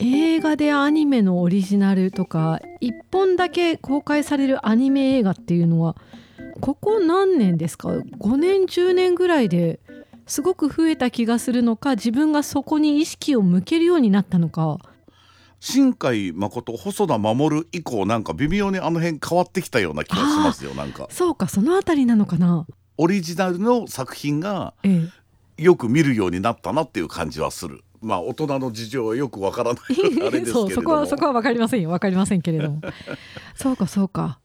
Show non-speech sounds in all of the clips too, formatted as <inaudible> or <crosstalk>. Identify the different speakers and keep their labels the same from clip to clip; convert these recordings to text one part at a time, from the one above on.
Speaker 1: 映画でアニメのオリジナルとか一本だけ公開されるアニメ映画っていうのはここ何年ですか5年10年ぐらいですごく増えた気がするのか自分がそこに意識を向けるようになったのか
Speaker 2: 新海誠細田守以降なんか微妙にあの辺変わってきたような気がしますよなんか
Speaker 1: そうかそのあたりなのかな、
Speaker 2: オリジナルの作品が
Speaker 1: え
Speaker 2: よく見るようになったなっていう感じはするまあ大人の事情はよく
Speaker 1: <laughs>
Speaker 2: わからないあれ
Speaker 1: え、
Speaker 2: ですけれど
Speaker 1: そ
Speaker 2: も
Speaker 1: うそこはそこは分かりませんよ分かりませんけれど
Speaker 2: <laughs>
Speaker 1: もそうかそうか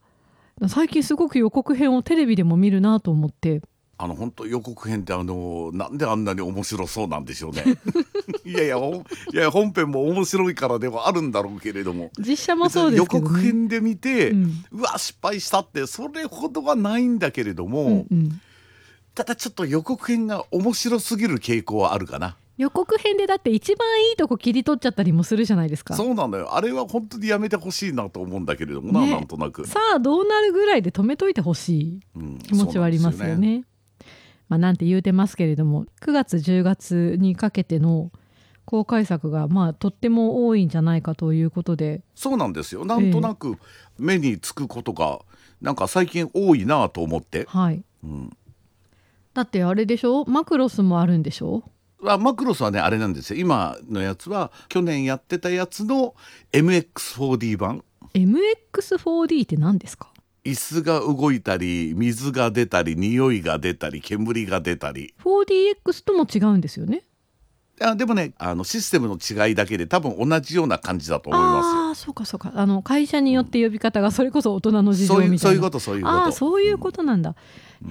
Speaker 1: 最近すごく予告編をテレビでも見るなと思って
Speaker 2: あの本当予告編ってあのなんであんなに面白そうなんでしょうね <laughs> いやいやほんいや本編も面白いからではあるんだろうけれども
Speaker 1: 実写もそうですけど、ね、
Speaker 2: 予告編で見て、
Speaker 1: う
Speaker 2: うんわ失敗したってそれほどはないんだけれども、
Speaker 1: うんうん
Speaker 2: ただちょっと予告編が面白すぎる傾向はあるかな
Speaker 1: 予告編でだって一番いいとこ切り取っちゃったりもするじゃないですか
Speaker 2: そうなのよあれは本当にやめてほしいなと思うんだけれどもな、
Speaker 1: ね
Speaker 2: なんとなく、
Speaker 1: さあどうなるぐらいで止めといてほしい
Speaker 2: うん
Speaker 1: 気持ちはありますよね。
Speaker 2: そうなんで
Speaker 1: まあ、なんて言うてますけれども9月10月にかけての公開作がまあとっても多いんじゃないかということで
Speaker 2: そうなんですよなんとなく目につくことがなんか最近多いなと思って、
Speaker 1: はい
Speaker 2: うん、
Speaker 1: だってあれでしょマクロスもあるんでしょ
Speaker 2: あマクロスはねあれなんですよ今のやつは去年やってたやつの MX4D 版
Speaker 1: MX4D って何ですか
Speaker 2: 椅子が動いたり水が出たり匂いが出たり煙が出たり
Speaker 1: 4DX とも違うんですよね
Speaker 2: あでもねあのシステムの違いだけで多分同じような感じだと思いま
Speaker 1: ああそうかそうかあの会社によって呼び方がそれこそ大人の
Speaker 2: すよ
Speaker 1: 事
Speaker 2: そ
Speaker 1: 情
Speaker 2: ういう
Speaker 1: み
Speaker 2: そ
Speaker 1: た
Speaker 2: う
Speaker 1: い
Speaker 2: いう
Speaker 1: な
Speaker 2: ことそういうこと
Speaker 1: ああそういうことなんだ、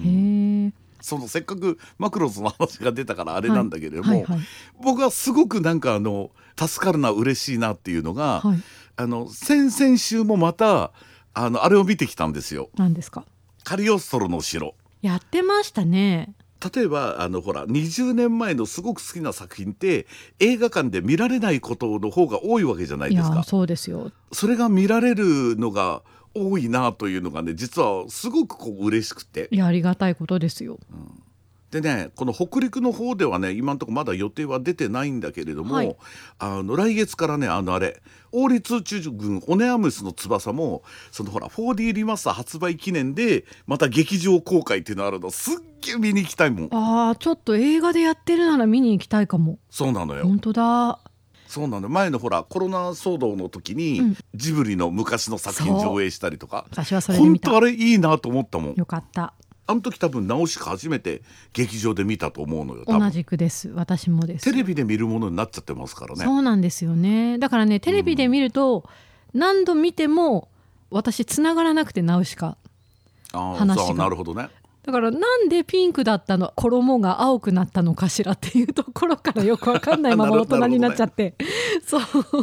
Speaker 1: へえ
Speaker 2: そのせっかくマクロスの話が出たからあれなんだけれども、
Speaker 1: はいはい
Speaker 2: 僕はすごくなんかあの助かるな嬉しいなっていうのが、
Speaker 1: はい
Speaker 2: あの先々週もまたあのあれを見てきたんですよ
Speaker 1: 何ですか
Speaker 2: カリオストロの城。
Speaker 1: やってましたね
Speaker 2: 例えばあのほら20年前のすごく好きな作品って映画館で見られないことの方が多いわけじゃない
Speaker 1: い
Speaker 2: です
Speaker 1: や
Speaker 2: か
Speaker 1: そうですよ
Speaker 2: それが見られるのが多いなというのがね実はすごくこう嬉しくて
Speaker 1: いやありがたいことですよ
Speaker 2: でねこの北陸の方ではね今のところまだ予定は出てないんだけれども、
Speaker 1: はい
Speaker 2: あの来月からねあのあれ王立宇宙軍オネアムスの翼もそのほら 4D リマスター発売記念でまた劇場公開っていうのあるのすっげえ見に行きたいもん
Speaker 1: あーちょっと映画でやってるなら見に行きたいかも
Speaker 2: そうなのよ
Speaker 1: 本当だ
Speaker 2: そうなの前のほらコロナ騒動の時に、
Speaker 1: うん
Speaker 2: ジブリの昔の作品
Speaker 1: そう
Speaker 2: 上映したりとか
Speaker 1: 私はそれで
Speaker 2: 本
Speaker 1: 見た
Speaker 2: 当あれいいなと思ったもん
Speaker 1: よかった
Speaker 2: あの時多分直しか初めて劇場で見たと思うのよ多
Speaker 1: 同
Speaker 2: 分
Speaker 1: じくです私もです
Speaker 2: テレビで見るものになっちゃってますからね
Speaker 1: そうなんですよねだからねテレビで見ると、何度見ても私つながらなくてナウシカ
Speaker 2: あ
Speaker 1: 話が
Speaker 2: あなるほどね
Speaker 1: だからなんでピンクだったの衣が青くなったのかしらっていうところからよくわかんないまま
Speaker 2: な
Speaker 1: 大
Speaker 2: るほど
Speaker 1: 人になっちゃって、そう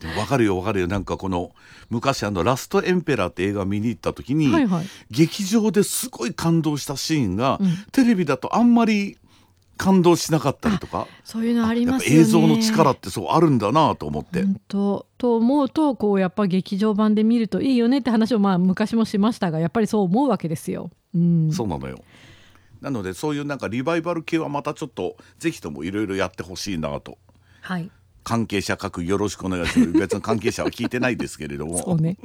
Speaker 2: でもわかるよわかるよなんかこの昔あの「ラストエンペラー」って映画見に行った時に、
Speaker 1: はいはい
Speaker 2: 劇場ですごい感動したシーンが、
Speaker 1: うん
Speaker 2: テレビだとあんまり感動しなかったりとか
Speaker 1: そういうのあり
Speaker 2: や
Speaker 1: ま
Speaker 2: っぱ
Speaker 1: すよね
Speaker 2: 映像の力ってそうあるんだなと思って、
Speaker 1: 本当と思うとこうやっぱ劇場版で見るといいよねって話をまあ昔もしましたがやっぱりそう思うわけですよ。うん、
Speaker 2: そうなのよなのでそういうなんかリバイバル系はまたちょっとぜひともいろいろやってほしいなと
Speaker 1: はい
Speaker 2: 関係者各よろしくお願いします別の関係者は聞いてないですけれども
Speaker 1: <laughs> そうね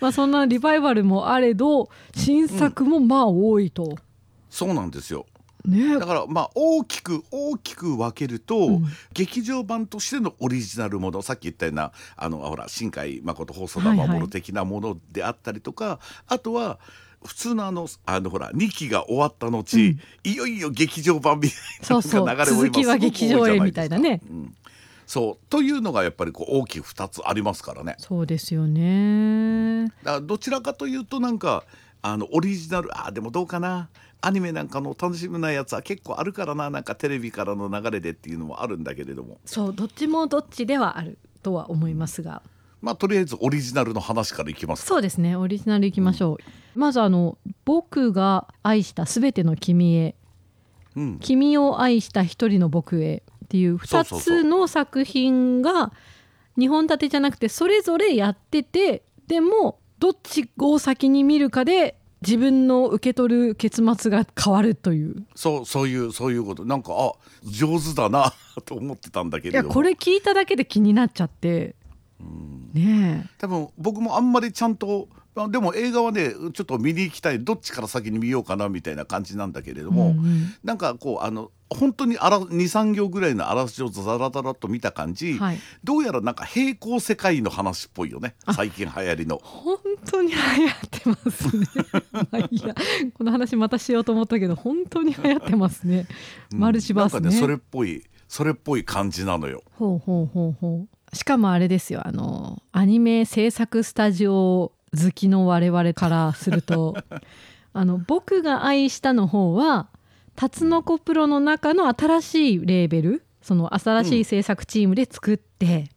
Speaker 1: まあそんなリバイバルもあれど新作もまあ多いと、
Speaker 2: そうなんですよ
Speaker 1: ね
Speaker 2: だからまあ大きく大きく分けると、
Speaker 1: ん
Speaker 2: 劇場版としてのオリジナルものさっき言ったようなあのほら新海誠放送
Speaker 1: は
Speaker 2: の
Speaker 1: いはい
Speaker 2: 守的なものであったりとか、あとは普通のあのあのほら2期が終わった後、
Speaker 1: うん
Speaker 2: いよいよ劇場版みたいな
Speaker 1: そ
Speaker 2: な
Speaker 1: うん
Speaker 2: か
Speaker 1: そう
Speaker 2: 流れも今
Speaker 1: 続きは劇場へみたいなね
Speaker 2: すごく多じゃですかうんそうというのがやっぱりこう大きく2つありますからね。
Speaker 1: そうですよね
Speaker 2: だからどちらかというとなんかあのオリジナルあーでもどうかなアニメなんかの楽しみなやつは結構あるからななんかテレビからの流れでっていうのもあるんだけれども
Speaker 1: そうどっちもどっちではあるとは思いますが
Speaker 2: まあとりあえずオリジナルの話からいきますか
Speaker 1: そうですねオリジナルいきましょう、まずあの「僕が愛したすべての君へ」
Speaker 2: うん
Speaker 1: 君を愛した一人の僕へ」っていう
Speaker 2: そう
Speaker 1: 2
Speaker 2: そうそう
Speaker 1: つの作品が2本立てじゃなくてそれぞれやっててでもどっちを先に見るかで自分の受け取る結末が変わるという
Speaker 2: そうそういうそういうことなんかあ上手だな <laughs> と思ってたんだけ
Speaker 1: い
Speaker 2: れ
Speaker 1: や
Speaker 2: ども
Speaker 1: これ聞いただけで気になっちゃってね
Speaker 2: 多分僕もあんまりちゃんとまあでも映画はねちょっと見に行きたいどっちから先に見ようかなみたいな感じなんだけれ
Speaker 1: え
Speaker 2: ども、
Speaker 1: んん
Speaker 2: なんかこうあの本当に23行ぐらいのあらすじをザラザラっと見た感じ、
Speaker 1: はい
Speaker 2: どうやらなんか平行世界の話っぽいよね最近流行りの。
Speaker 1: 本当に流行ってます
Speaker 2: <laughs>
Speaker 1: ねまあいいやこの話またしようと思ったけど本当に流行ってますね
Speaker 2: うん
Speaker 1: マルチバースね
Speaker 2: なんかねそれっぽいそれっぽい感じなのよ。
Speaker 1: ほうほうほうほうしかもあれですよあのアニメ制作スタジオ好きの我々からすると <laughs> あの僕が愛したの方はタツノコプロの中の新しいレーベルその新しい制作チームで作って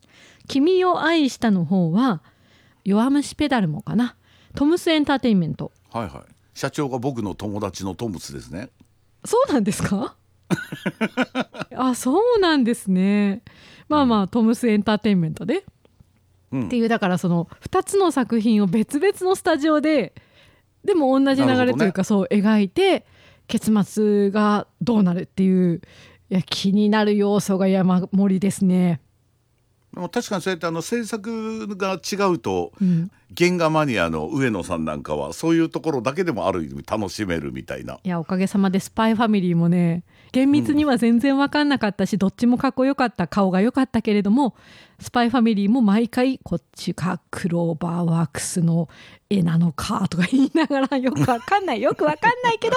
Speaker 1: 「君を愛した」の方は「弱虫ペダルも」かなトムスエンターテインメント
Speaker 2: はいはい。社長が僕の友達のトムスですね。
Speaker 1: そうなんですかあそうなんですねまあまあトムスエンターテインメントで
Speaker 2: う
Speaker 1: っ
Speaker 2: ん
Speaker 1: て。いうだからその2つの作品を別々のスタジオででも同じ流れというか、そう描いて結末がどうなるっていういや気になる要素が山盛りですね。
Speaker 2: でも確かにそうやってあの制作が違うと
Speaker 1: うん、
Speaker 2: 原画マニアの上野さんなんかはそういうところだけでもある意味楽しめるみたいな。
Speaker 1: いやおかげさまで「スパイファミリーもね厳密には全然分かんなかったし、どっちもかっこよかった顔が良かったけれども「スパイファミリーも毎回こっちがクローバーワークスの絵なのかとか言いながらよく分かん
Speaker 2: <laughs>
Speaker 1: ないよく分かんないけど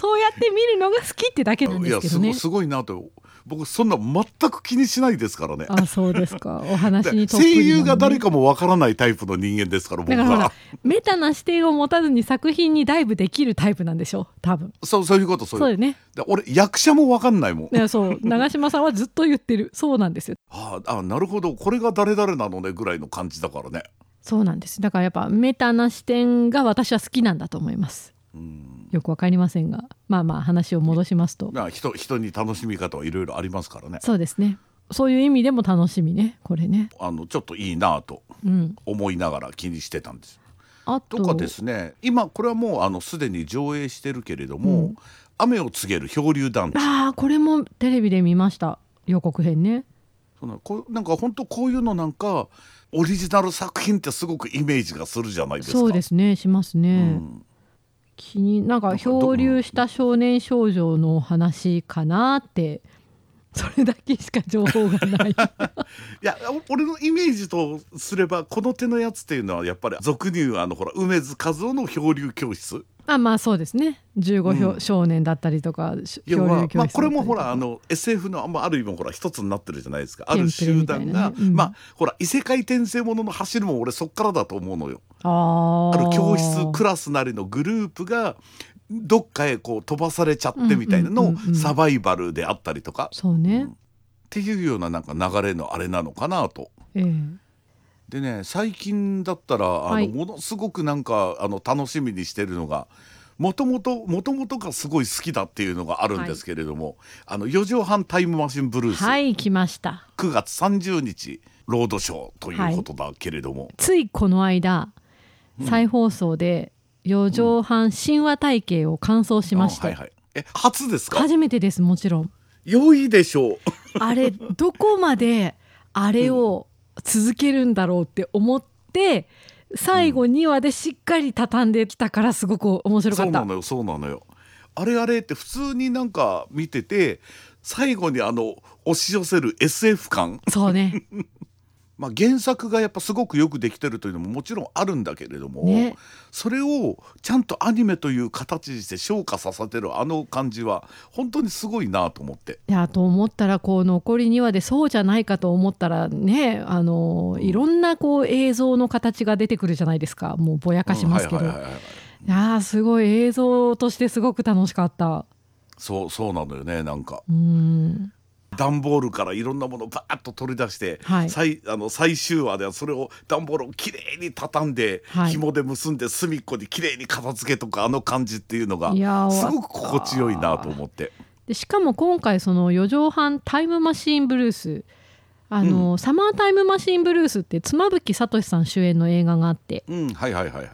Speaker 1: そうやって見るのが好きってだけなん
Speaker 2: い
Speaker 1: です
Speaker 2: や
Speaker 1: け
Speaker 2: す
Speaker 1: ど
Speaker 2: ご
Speaker 1: ね
Speaker 2: い。すごいなと僕そんな全く気にしないですからね。
Speaker 1: あそうですかお話にとっぷ
Speaker 2: 声
Speaker 1: りなのね
Speaker 2: 優が誰かもわからないタイプの人間ですから
Speaker 1: だ
Speaker 2: 僕
Speaker 1: からほら
Speaker 2: は。
Speaker 1: メタな視点を持たずに作品にダイブできるタイプなんでしょ多分
Speaker 2: そうそういうことそう
Speaker 1: そ
Speaker 2: いう
Speaker 1: う
Speaker 2: こ
Speaker 1: だよ
Speaker 2: と
Speaker 1: ね
Speaker 2: で俺役者もわかんないもん、
Speaker 1: ねそう長嶋さんはずっと言ってるそうなんですよ
Speaker 2: あああなるほどこれが誰々なのねぐらいの感じだからね
Speaker 1: そうなんですだからやっぱメタな視点が私は好きなんだと思います
Speaker 2: うん
Speaker 1: よくわかりませんがまあまあ話を戻しますと
Speaker 2: まあ人人に楽しみ方はいろいろありますからね
Speaker 1: そうですねそういう意味でも楽しみねこれね
Speaker 2: あのちょっといいなと
Speaker 1: うん
Speaker 2: 思いながら気にしてたんです
Speaker 1: あと
Speaker 2: とかですね今これはもうあのすでに上映してるけれども、
Speaker 1: うん
Speaker 2: 雨を告げる漂流団地
Speaker 1: ああこれもテレビで見ました予告編ね
Speaker 2: そんなこうなんか本当こういうのなんかオリジナル作品ってすごくイメージがするじゃないですか
Speaker 1: そうですねします
Speaker 2: う
Speaker 1: ね、
Speaker 2: ん
Speaker 1: 気になんか漂流した少年少女の話かなってそれだけしか情報がない
Speaker 2: いやお俺のイメージとすればこの手のやつっていうのはやっぱり俗に言うあのほら梅津和夫の漂流教室
Speaker 1: あまあそうですね15票、
Speaker 2: うん
Speaker 1: 少年だったりとか
Speaker 2: 要
Speaker 1: 漂
Speaker 2: は
Speaker 1: 流、教室
Speaker 2: まあ、
Speaker 1: だったりとか
Speaker 2: これもほらあの SF の、まあ、ある意味ほら一つになってるじゃないですかある
Speaker 1: テン
Speaker 2: 集
Speaker 1: プレみたい
Speaker 2: 団
Speaker 1: な
Speaker 2: が、
Speaker 1: ねうん
Speaker 2: まあほら異世界転生ものの走るもん俺そっからだと思うのよ。
Speaker 1: あ
Speaker 2: あ
Speaker 1: ー
Speaker 2: る教室クラスなりのグループがどっかへこう飛ばされちゃってみたいな
Speaker 1: うんう
Speaker 2: の
Speaker 1: んうんうん
Speaker 2: サバイバルであったりとか、
Speaker 1: そうね、
Speaker 2: っていうようななんか流れのあれなのかなと。
Speaker 1: ええ
Speaker 2: でね最近だったらあの、
Speaker 1: はい
Speaker 2: ものすごくなんかあの楽しみにしてるのがもともともともとがすごい好きだっていうのがあるんですけれども、あの4畳半タイムマシンブルース、
Speaker 1: はい来ました
Speaker 2: 9月30日ロードショーということだけれども、
Speaker 1: ついこの間
Speaker 2: うん
Speaker 1: 再放送で四畳半神話体系を完走しました、
Speaker 2: あはいはい、え初ですか
Speaker 1: 初めてですもちろん
Speaker 2: 良いでしょう
Speaker 1: あ
Speaker 2: <laughs>
Speaker 1: れどこまであれを続けるんだろうって思って最後2話でしっかり畳んできたからすごく面白か
Speaker 2: そう
Speaker 1: っ
Speaker 2: な
Speaker 1: た
Speaker 2: のよそうなのよあれあれって普通になんか見てて最後にあの押し寄せる SF 感
Speaker 1: そう
Speaker 2: <laughs>
Speaker 1: ね
Speaker 2: まあ、原作がやっぱすごくよくできてるというのももちろんあるんだけれども、
Speaker 1: ね
Speaker 2: それをちゃんとアニメという形にして昇華させてるあの感じは本当にすごいなと思って
Speaker 1: いやと思ったらこう残り2話でそうじゃないかと思ったらねあのいろんなこう映像の形が出てくるじゃないですかもうぼやかしますけど、
Speaker 2: うんはいはいはいはい
Speaker 1: いやーすごい映像としてすごく楽しかった。
Speaker 2: そうそうなのよねなんか
Speaker 1: うん
Speaker 2: 段ボールからいろんなものをバーッと取り出して、
Speaker 1: はい
Speaker 2: 最あの最終話ではそれを段ボールをきれいに畳んで、
Speaker 1: はい
Speaker 2: 紐で結んで隅っこにきれいに片付けとかあの感じっていうのが
Speaker 1: いやー
Speaker 2: すごく心地よいなと思って。
Speaker 1: でしかも今回その4畳半タイムマシーンブルースあの、サマータイムマシンブルースって妻夫木聡さん主演の映画があって
Speaker 2: うんはいはいはいはい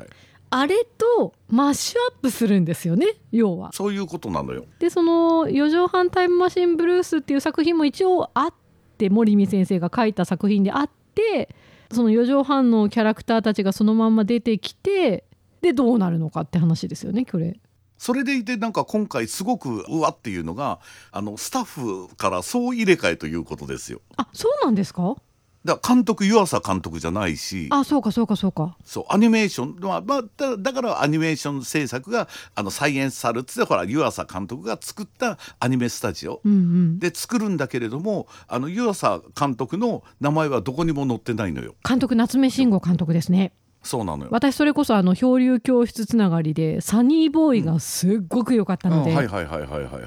Speaker 1: あれとマッシュアップするんですよね要は。
Speaker 2: そういうことなのよ
Speaker 1: でその「四畳半タイムマシンブルース」っていう作品も一応あって森見先生が書いた作品であってその四畳半のキャラクターたちがそのまんま出てきてでどうなるのかって話ですよねこれ。
Speaker 2: それでいてなんか今回すごくうわっていうのがあのスタッフから総入れ替えということですよ
Speaker 1: あそうなんですか
Speaker 2: だから監督湯浅監督じゃないし
Speaker 1: あそうかそうかそうか。
Speaker 2: そうアニメーション、まあまあ、だだからアニメーション制作があのサイエンスサルっつってほら湯浅監督が作ったアニメスタジオ
Speaker 1: うんうん、
Speaker 2: で作るんだけれどもあの湯浅監督の名前はどこにも載ってないのよ
Speaker 1: 監督夏目慎吾監督ですね
Speaker 2: そうなのよ。
Speaker 1: 私それこそあの漂流教室つながりでサニーボーイがすっごく良かった
Speaker 2: うん
Speaker 1: の
Speaker 2: はいはい
Speaker 1: で
Speaker 2: はいはいはいはい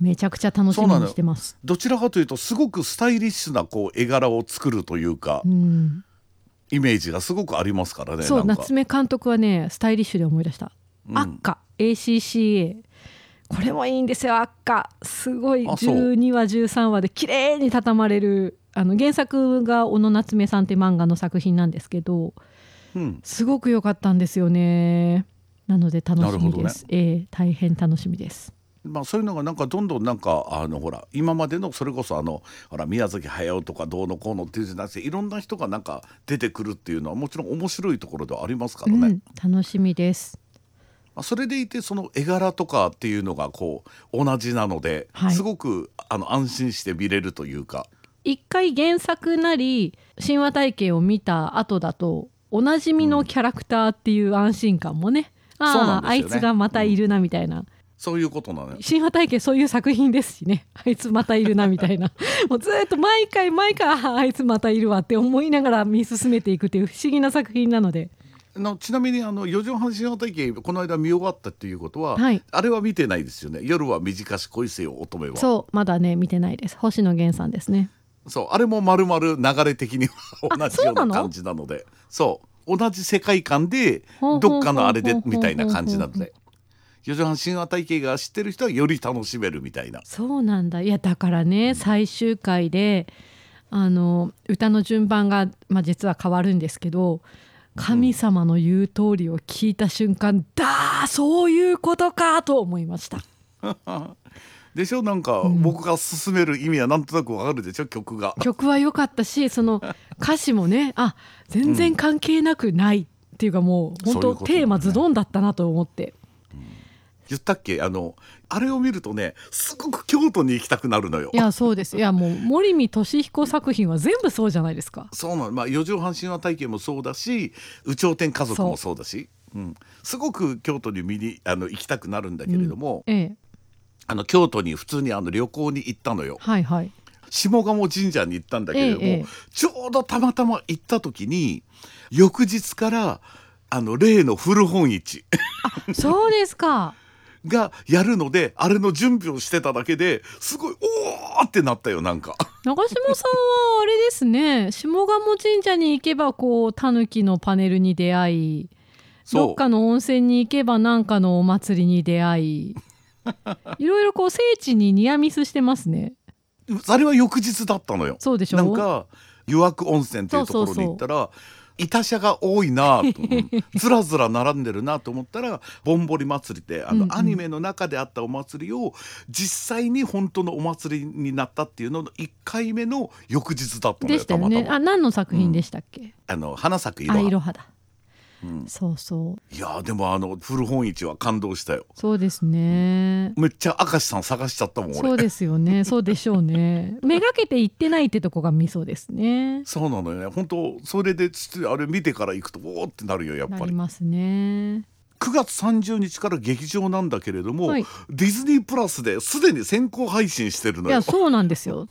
Speaker 1: めちゃくちゃ楽しみにしてます。
Speaker 2: どちらかというとすごくスタイリッシュなこう絵柄を作るというか
Speaker 1: うん、
Speaker 2: イメージがすごくありますからね
Speaker 1: そう
Speaker 2: なんか
Speaker 1: 夏目監督はねスタイリッシュで思い出した
Speaker 2: うん
Speaker 1: 赤、ACCA これもいいんですよ赤すごい
Speaker 2: あそう
Speaker 1: 12話13話で綺麗に畳まれるあの原作が小野夏目さんって漫画の作品なんですけど
Speaker 2: うん
Speaker 1: すごく良かったんですよねなので楽しみです、ええ大変楽しみです
Speaker 2: まあ、そういうのがなんかどんどんなんかあのほら今までのそれこそあのほら宮崎駿とかどうのこうのっていうじゃなくていろんな人がなんか出てくるっていうのはもちろん面白いところではありますから
Speaker 1: う
Speaker 2: ね、
Speaker 1: ん、楽しみです
Speaker 2: まあそれでいてその絵柄とかっていうのがこう同じなので、
Speaker 1: はい
Speaker 2: すごくあの安心して見れるというか
Speaker 1: 一回原作なり神話体系を見た後だとおなじみのキャラクターっていう安心感もね、
Speaker 2: そうな
Speaker 1: あ
Speaker 2: ん
Speaker 1: あ、あ
Speaker 2: ですよね
Speaker 1: いつがまたいるなみたいな、
Speaker 2: そういうことなのよ。
Speaker 1: 神話体系そういう作品ですしねあいつまたいるなみたい
Speaker 2: <laughs>
Speaker 1: なもうずっと毎回毎回あああいつまたいるわって思いながら見進めていくっていう不思議な作品なので
Speaker 2: のちなみにあの四畳半神話体系この間見終わったっていうことは、
Speaker 1: はい
Speaker 2: あれは見てないですよね夜は短し恋せよ乙女はそう
Speaker 1: そうまだね見てないです星野源さんですね
Speaker 2: あれもまるまる流れ的には
Speaker 1: あ
Speaker 2: 同じよう
Speaker 1: そうな
Speaker 2: な
Speaker 1: の
Speaker 2: 感じなのでそう同じ世界観で
Speaker 1: ほうほうほう
Speaker 2: どっかのあれでみたいな感じな
Speaker 1: ほ
Speaker 2: の
Speaker 1: うほう
Speaker 2: で四畳半神話体系が知ってる人はより楽しめるみたいな
Speaker 1: そうなんだいやだからね最終回であの歌の順番が、まあ、実は変わるんですけど神様の言う通りを聞いた瞬間だーそういうことかと思いました
Speaker 2: でしょなんか僕が進める意味はなんとなくわかるでしょ曲が。
Speaker 1: 曲は良かったしその歌詞もねあ全然関係なくないっていうかもう本
Speaker 2: そうい
Speaker 1: 当
Speaker 2: うことだね
Speaker 1: テーマズドンだったなと思って
Speaker 2: 言ったっけあのあれを見るとねすごく京都に行きたくなるのよ
Speaker 1: い。やそうですいやもう森見俊彦作品は全部そうじゃないですか
Speaker 2: そうなの、まあ、四畳半神話体験もそうだし有頂天家族もそうだしうん、すごく京都に見にあの行きたくなるんだけれども、
Speaker 1: ええ
Speaker 2: あの京都に普通にあの旅行に行ったのよ
Speaker 1: <laughs> はいはい
Speaker 2: 下鴨神社に行ったんだけれども、
Speaker 1: ええ
Speaker 2: ちょうどたまたま行った時に翌日からあの例の古本市
Speaker 1: そうですか
Speaker 2: がやるのであれの準備をしてただけですごいおーってなったよなんか。
Speaker 1: 長島さんはあれですね下鴨神社に行けばこうタヌキのパネルに出会い
Speaker 2: そう
Speaker 1: どっかの温泉に行けばなんかのお祭りに出会い
Speaker 2: <laughs>
Speaker 1: いろいろこう聖地にニアミスしてますね
Speaker 2: <laughs> あれは翌日だったのよ。
Speaker 1: そうでしょ
Speaker 2: なんか湯涌温泉っていうところに行ったら。いたしゃが多いなと、うんずらずら並んでるなと思ったらぼんぼり祭りってあの、
Speaker 1: うんうん
Speaker 2: アニメの中であったお祭りを実際に本当のお祭りになったっていうのの1回目の翌日だったの
Speaker 1: で
Speaker 2: よ
Speaker 1: した
Speaker 2: た
Speaker 1: よ
Speaker 2: また
Speaker 1: ね
Speaker 2: ま
Speaker 1: あ何の作品でしたっけ、
Speaker 2: あの花咲くいろ
Speaker 1: あ
Speaker 2: は
Speaker 1: イロハだ
Speaker 2: うん
Speaker 1: そうそう
Speaker 2: いやーでもあの古本市は感動したよ
Speaker 1: そうですね、
Speaker 2: めっちゃ明石さん探しちゃったもん俺
Speaker 1: そうですよねそうでしょう
Speaker 2: <laughs>
Speaker 1: ねめがけて行ってないってとこがミソですね
Speaker 2: そうなのよね本当それでつってあれ見てから行くとおーってなるよやっ
Speaker 1: な
Speaker 2: ぱ
Speaker 1: り
Speaker 2: り
Speaker 1: ますね
Speaker 2: 9月30日から劇場なんだけれども、
Speaker 1: はい
Speaker 2: ディズニープラスですでに先行配信してる
Speaker 1: い
Speaker 2: のよ
Speaker 1: やそうなんですよ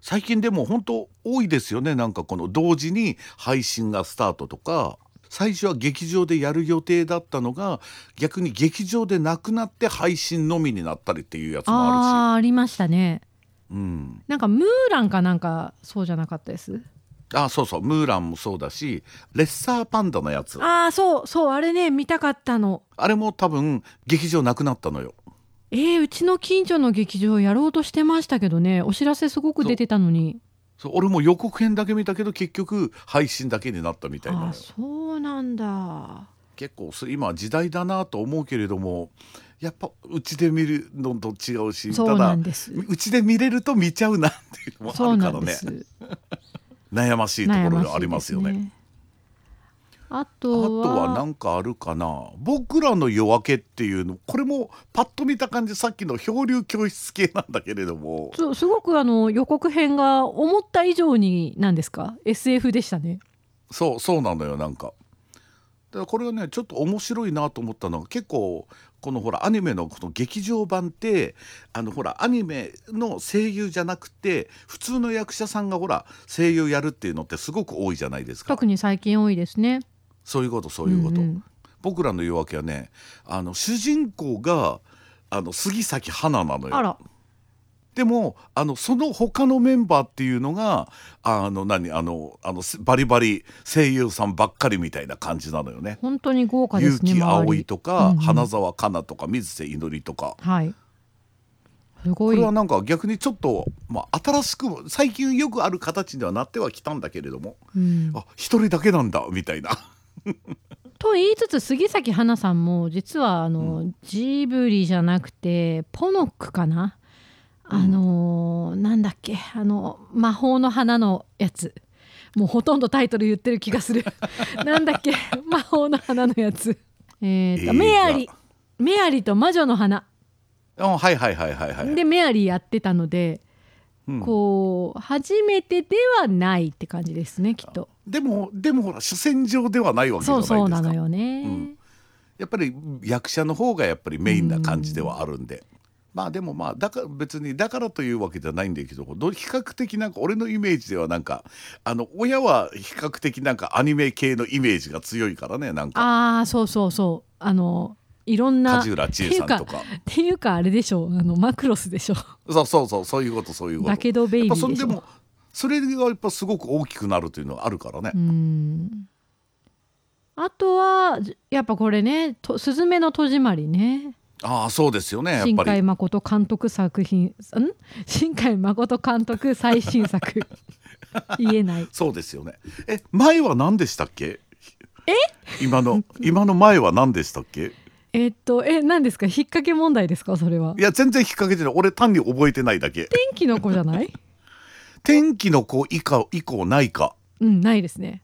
Speaker 2: 最近でも本当多いですよねなんかこの同時に配信がスタートとか最初は劇場でやる予定だったのが逆に劇場でなくなって配信のみになったりっていうやつもあ
Speaker 1: ああーありましたね
Speaker 2: るしうん、
Speaker 1: なんかムーランかなんかそうじゃなかったです。
Speaker 2: あそうそう「ムーラン」もそうだし「レッサーパンダ」のやつあ
Speaker 1: ああそうそうあれね見たかったの。
Speaker 2: れも多分劇場なくなったのよ。
Speaker 1: えー、うちの近所の劇場やろうとしてましたけどねお知らせすごく出てたのに
Speaker 2: そう俺も予告編だけ見たけど結局配信だけになったみたいな
Speaker 1: あそうなんだ
Speaker 2: 結構それ今時代だなと思うけれどもやっぱうちで見るのと違うし
Speaker 1: そう
Speaker 2: た
Speaker 1: な
Speaker 2: だ
Speaker 1: んです
Speaker 2: うちで見れると見ちゃうなっていうの
Speaker 1: そ
Speaker 2: も
Speaker 1: う
Speaker 2: あ
Speaker 1: な
Speaker 2: るか
Speaker 1: ん
Speaker 2: ら
Speaker 1: で
Speaker 2: ね
Speaker 1: す
Speaker 2: 悩ましいところがありますよね。
Speaker 1: 悩しいですねあ
Speaker 2: あ
Speaker 1: と
Speaker 2: と
Speaker 1: は
Speaker 2: は何かあるかな僕らの夜明けっていうのこれもパッと見た感じさっきの漂流教室系なんだけれども
Speaker 1: そうすごくあの予告編が思った以上に何ですか SF でしたね。
Speaker 2: そうそうなのよなんか。だからこれはねちょっと面白いなと思ったのが結構このほらアニメのこの劇場版ってあのほらアニメの声優じゃなくて普通の役者さんがほら声優やるっていうのってすごく多いじゃないですか
Speaker 1: 特に最近多いですね。
Speaker 2: そういうことそういうこと、
Speaker 1: んん
Speaker 2: 僕らの夜明けはねあの主人公があの杉咲花なのよ
Speaker 1: あら、
Speaker 2: でもあのその他のメンバーっていうのがあの何あのあのせバリバリ声優さんばっかりみたいな感じなのよね。
Speaker 1: 本当に豪華で
Speaker 2: 結
Speaker 1: すね。
Speaker 2: 城
Speaker 1: 周り
Speaker 2: 葵とか、
Speaker 1: うんうん
Speaker 2: 花澤香菜とか水瀬いのりとか
Speaker 1: はい。す
Speaker 2: こ
Speaker 1: ごい
Speaker 2: れはなんか逆にちょっと、まあ、新しく最近よくある形にはなってはきたんだけれども
Speaker 1: うん
Speaker 2: あ一人だけなんだみたいな <laughs>
Speaker 1: と言いつつ杉咲花さんも実はあの、ジブリじゃなくてポノックかな、
Speaker 2: ん
Speaker 1: あのーなんだっけあの魔法の花のやつもうほとんどタイトル言ってる気がする
Speaker 2: <laughs>
Speaker 1: なんだっけ魔法の花のやつえーと
Speaker 2: 映画
Speaker 1: メアリメアリと魔女の花
Speaker 2: あはいはいはいはいはい。
Speaker 1: でメアリやってたので、
Speaker 2: うん
Speaker 1: こう初めてではないって感じですねきっと
Speaker 2: でもでもほら主戦場ではないわけじ
Speaker 1: そ
Speaker 2: ゃないうですか
Speaker 1: そうなのよね、
Speaker 2: うんやっぱり役者の方がやっぱりメインな感じではあるんで、まあでもまあだから別にだからというわけじゃないんだけどど比較的なんか俺のイメージではなんかあの親は比較的なんかアニメ系のイメージが強いからねなんか
Speaker 1: ああそうそうそうあのいろんな
Speaker 2: 梶浦千恵さんとか
Speaker 1: っていうかあれでしょあのマクロスでしょ
Speaker 2: そうそうそうそういうことそういうこと。
Speaker 1: だけどベイ
Speaker 2: やっ
Speaker 1: ビ
Speaker 2: ぱそ
Speaker 1: ー
Speaker 2: れ
Speaker 1: でし
Speaker 2: で
Speaker 1: ょ
Speaker 2: もそれがやっぱすごく大きくなるというのはあるからね
Speaker 1: う。んあとはじやっぱこれね「とすずめの戸締まりね」
Speaker 2: ああそうですよねやっ
Speaker 1: 新
Speaker 2: ぱり
Speaker 1: 海。誠監督作品ん新海誠監督最新
Speaker 2: <laughs>
Speaker 1: 作言えない
Speaker 2: そうですよね。え前は何でしたっけ？え？今の今の前は何でしたっけ？
Speaker 1: えっとえ何ですか引っ掛け問題ですかそれ
Speaker 2: <laughs>
Speaker 1: はい
Speaker 2: や全然引っ掛けてない俺単に覚えてないだけ
Speaker 1: 天気の子じゃない
Speaker 2: 天気の子以下以降ないか
Speaker 1: うんないですね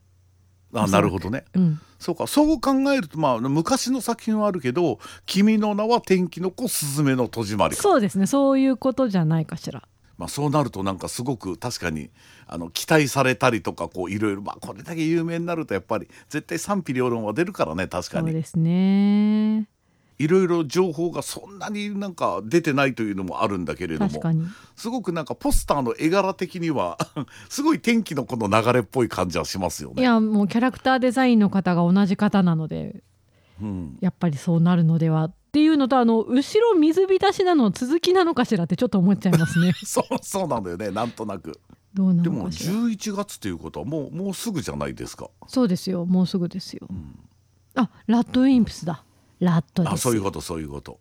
Speaker 2: あ
Speaker 1: おそらく
Speaker 2: なるほどね
Speaker 1: うん
Speaker 2: そうかそう考えるとまあ昔の作品はあるけど「君の名は天気の子すずめの戸締まりか」
Speaker 1: そうですねそういうことじゃないかしら
Speaker 2: まあ、そうなるとなんかすごく確かにあの期待されたりとかこういろいろまあこれだけ有名になるとやっぱり絶対賛否両論は出るからね確か
Speaker 1: そう
Speaker 2: に
Speaker 1: ですね
Speaker 2: いろいろ情報がそんなになんか出てないというのもあるんだけれど
Speaker 1: 確
Speaker 2: も
Speaker 1: かに
Speaker 2: すごくなんかポスターの絵柄的には <laughs> すごい天気のこの流れっぽい感じはしますよ
Speaker 1: い
Speaker 2: ね。
Speaker 1: やもうキャラクターデザインの方が同じ方なので
Speaker 2: うん、
Speaker 1: やっぱりそうなるのではっていうのとあの後ろ水浸しなの続きなのかしらってちょっと思っちゃいます
Speaker 2: <laughs>
Speaker 1: ね
Speaker 2: そうそうなんだよねなんとなく。
Speaker 1: どうな
Speaker 2: で
Speaker 1: の
Speaker 2: も
Speaker 1: かしら
Speaker 2: 11月ということはもうもうすぐじゃないですか。
Speaker 1: そうですよもうすぐですよ
Speaker 2: うん、
Speaker 1: あラッドウィンプスだラットです
Speaker 2: あそういう
Speaker 1: こ
Speaker 2: ことそういうこと。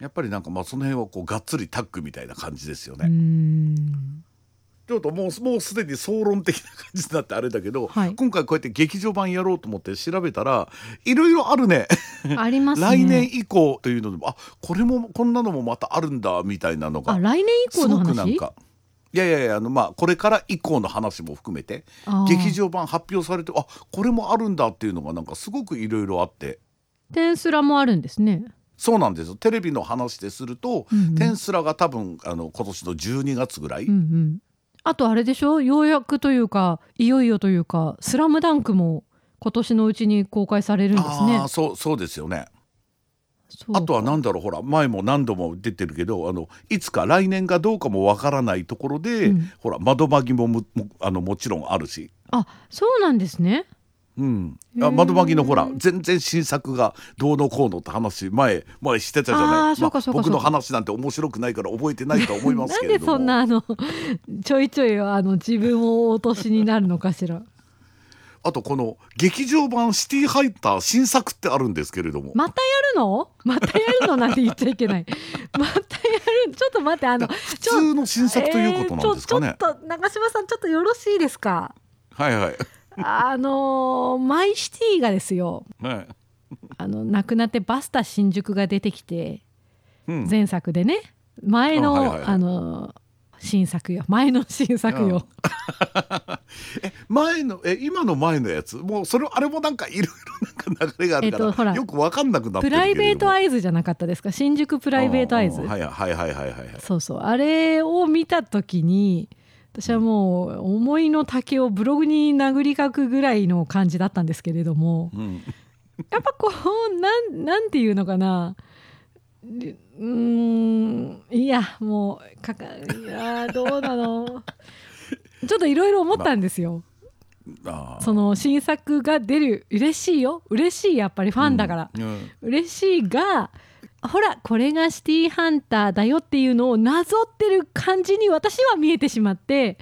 Speaker 2: やっぱりなんかまあその辺はこうがっつりタッグみたいな感じですよ
Speaker 1: うー
Speaker 2: ね。
Speaker 1: ん
Speaker 2: ちょっともうもうすでに総論的な感じになってあれだけど、
Speaker 1: はい
Speaker 2: 今回こうやって劇場版やろうと思って調べたらいろいろあるね。
Speaker 1: ありますね
Speaker 2: <laughs> 来年以降というのでもあこれもこんなのもまたあるんだみたいなのが
Speaker 1: あ来年以
Speaker 2: す
Speaker 1: 降の
Speaker 2: ご
Speaker 1: 話
Speaker 2: くなんかいやいやいやあのまあこれから以降の話も含めて
Speaker 1: あー
Speaker 2: 劇場版発表されてあこれもあるんだっていうのがなんかすごくいろいろあって
Speaker 1: テンスラもあるんですね
Speaker 2: そうなんですよテレビの話ですると、
Speaker 1: うんうん
Speaker 2: テンスラが多分あの今年の12月ぐらい、
Speaker 1: うんうんあとあれでしょようやくというかいよいよというか「スラムダンクも今年のうちに公開されるんですね
Speaker 2: ああそうそうですよね
Speaker 1: そう
Speaker 2: あとは何だろうほら前も何度も出てるけどあのいつか来年かどうかもわからないところで、
Speaker 1: うん
Speaker 2: ほら窓マギもももあのもちろんあるし。
Speaker 1: あそうなんですね
Speaker 2: うん、
Speaker 1: へ
Speaker 2: あ
Speaker 1: ー
Speaker 2: 窓マギのほら全然新作がどうのこうのって話前前してたじゃない
Speaker 1: あーそうかそうか
Speaker 2: 僕
Speaker 1: そう
Speaker 2: の
Speaker 1: か
Speaker 2: 話なんて面白くないから覚えてないとは思い <laughs> ます
Speaker 1: な
Speaker 2: け
Speaker 1: ん
Speaker 2: れ
Speaker 1: で
Speaker 2: ども
Speaker 1: そん <laughs> なあのちょいちょいあの自分をお落としになるのかしら
Speaker 2: あとこの劇場版「シティハイター」新作ってあるんですけれども、
Speaker 1: またやるのまたやるのなんて言っちゃいけない <laughs> またやるちょっと待ってあの
Speaker 2: 普通の新作ということなんですか
Speaker 1: えー
Speaker 2: ね
Speaker 1: ち。ょちょっと長嶋さんちょっとよろしいですか
Speaker 2: はいはい
Speaker 1: あのーマイシティがですよ
Speaker 2: はい。
Speaker 1: あの亡くなってバスタ新宿が出てきて
Speaker 2: うん
Speaker 1: 前作でね前の、
Speaker 2: あはいはいはい
Speaker 1: あのー新作よ前の新作よ、
Speaker 2: 前のえ今の前のやつもうそれあれもなんかいろいろなんか流れがあるから、
Speaker 1: えっとほら
Speaker 2: よくわかんなくなって
Speaker 1: プ
Speaker 2: るけれど
Speaker 1: ラ
Speaker 2: も
Speaker 1: イベートアイズじゃなかったですか新宿プライベートアイズ、
Speaker 2: うんうんはいはいはいはいはいはい
Speaker 1: そうそうあれを見た時に私はもう思いの丈をブログに殴り書くぐらいの感じだったんですけれども
Speaker 2: うん
Speaker 1: やっぱこうなんなんていうのかなでうーんいやもうかかいやーどうなのちょっといろいろ思ったんですよ、
Speaker 2: あー
Speaker 1: その新作が出る嬉しいよ嬉しいやっぱりファンだから、
Speaker 2: うんうん
Speaker 1: 嬉しいがほらこれがシティハンターだよっていうのをなぞってる感じに私は見えてしまって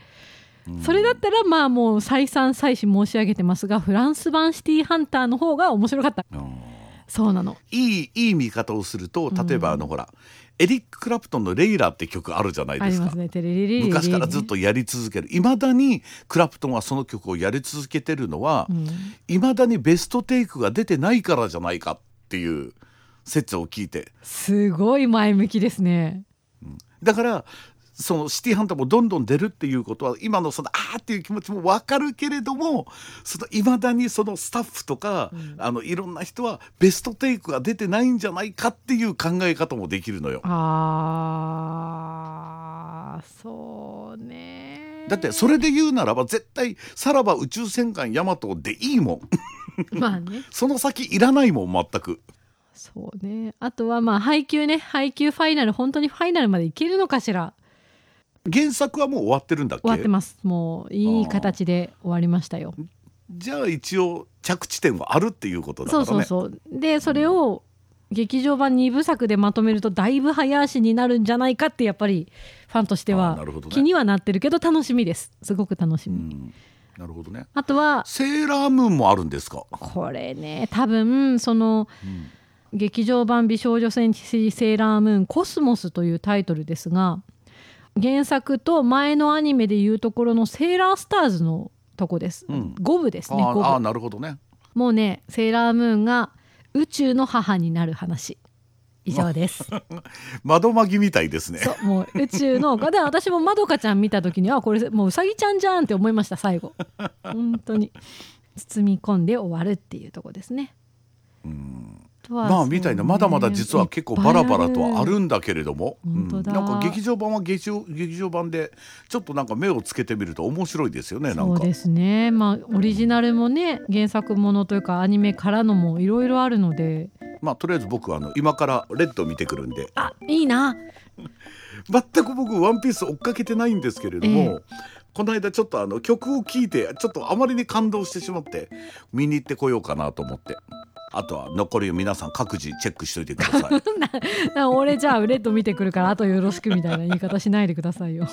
Speaker 2: うん
Speaker 1: それだったらまあもう再三再四申し上げてますがフランス版シティハンターの方が面白かった
Speaker 2: うん
Speaker 1: そうなの
Speaker 2: いいいい見方をすると例えば
Speaker 1: うん
Speaker 2: あのほら、エリック・クラプトンの「レイラー」って曲あるじゃない
Speaker 1: あ
Speaker 2: で
Speaker 1: り
Speaker 2: す
Speaker 1: ま
Speaker 2: か
Speaker 1: す。ねテレリリリリリ
Speaker 2: 昔からずっとやり続けるいまだにクラプトンはその曲をやり続けてるのは
Speaker 1: うん
Speaker 2: いま、未だにベストテイクが出てないからじゃないかっていう説を聞いて
Speaker 1: すごい前向きですね
Speaker 2: だからそのシティハンターもどんどん出るっていうことは今のそのあーっていう気持ちもわかるけれどもそのいまだにそのスタッフとか、
Speaker 1: うん
Speaker 2: あのいろんな人はベストテイクが出てないんじゃないかっていう考え方もできるのよ。
Speaker 1: あーそうね
Speaker 2: だってそれで言うならば絶対さらば宇宙戦艦ヤマトでいいもん
Speaker 1: まあね
Speaker 2: その先いらないもん全く。
Speaker 1: そうねあとはまあ配給ね配給ファイナル本当にファイナルまでいけるのかしら
Speaker 2: 原作はもう終わってるんだっけ
Speaker 1: 終わってますもういい形で終わりましたよ、
Speaker 2: じゃあ一応着地点はあるっていうことだか
Speaker 1: そ
Speaker 2: ら
Speaker 1: う
Speaker 2: ね
Speaker 1: そうそうでそれを劇場版2部作でまとめるとだいぶ早足になるんじゃないかってやっぱりファンとして
Speaker 2: あー
Speaker 1: は
Speaker 2: なるほどね
Speaker 1: 気にはなってるけど楽しみですすごく楽し
Speaker 2: う
Speaker 1: み、
Speaker 2: んなるほどね
Speaker 1: あとは
Speaker 2: セーラームーンもあるんですか、
Speaker 1: これね多分その
Speaker 2: うん
Speaker 1: 劇場版美少女戦士セーラームーンコスモスというタイトルですが原作と前のアニメでいうところのセーラースターズのとこです、
Speaker 2: うん
Speaker 1: 五部ですね
Speaker 2: あ
Speaker 1: 五
Speaker 2: ーあー
Speaker 1: 部
Speaker 2: なるほどね
Speaker 1: もうねセーラームーンが宇宙の母になる話以上です。
Speaker 2: 窓まぎみたいですね
Speaker 1: そうもう宇宙のだから私もまどかちゃん見た時にはこれもううさぎちゃんじゃんって思いました
Speaker 2: <laughs>
Speaker 1: 最後本当に包み込んで終わるっていうとこですね。
Speaker 2: うん
Speaker 1: とは
Speaker 2: ま
Speaker 1: そ
Speaker 2: あ
Speaker 1: うね
Speaker 2: みたいなまだまだ実は結構バラバラとはあるんだけれども、う
Speaker 1: 本
Speaker 2: ん、
Speaker 1: 当だ
Speaker 2: なんか劇場版は劇場劇場版でちょっとなんか目をつけてみると面白いですよねなん
Speaker 1: そう
Speaker 2: か
Speaker 1: ですねまあオリジナルもね原作ものというかアニメからのもいろいろあるので
Speaker 2: まあとりあえず僕はあの今からレッド見てくるんで
Speaker 1: あいい <laughs> な
Speaker 2: 全く僕ワンピース追っかけてないんですけれども、
Speaker 1: え
Speaker 2: この間ちょっとあの曲を聴いてちょっとあまりに感動してしまって見に行ってこようかなと思ってあとは残りを皆さん各自チェックしといてください
Speaker 1: 俺じゃあレッド見てくるからあとよろしくみたいな言い方しないでくださいよ。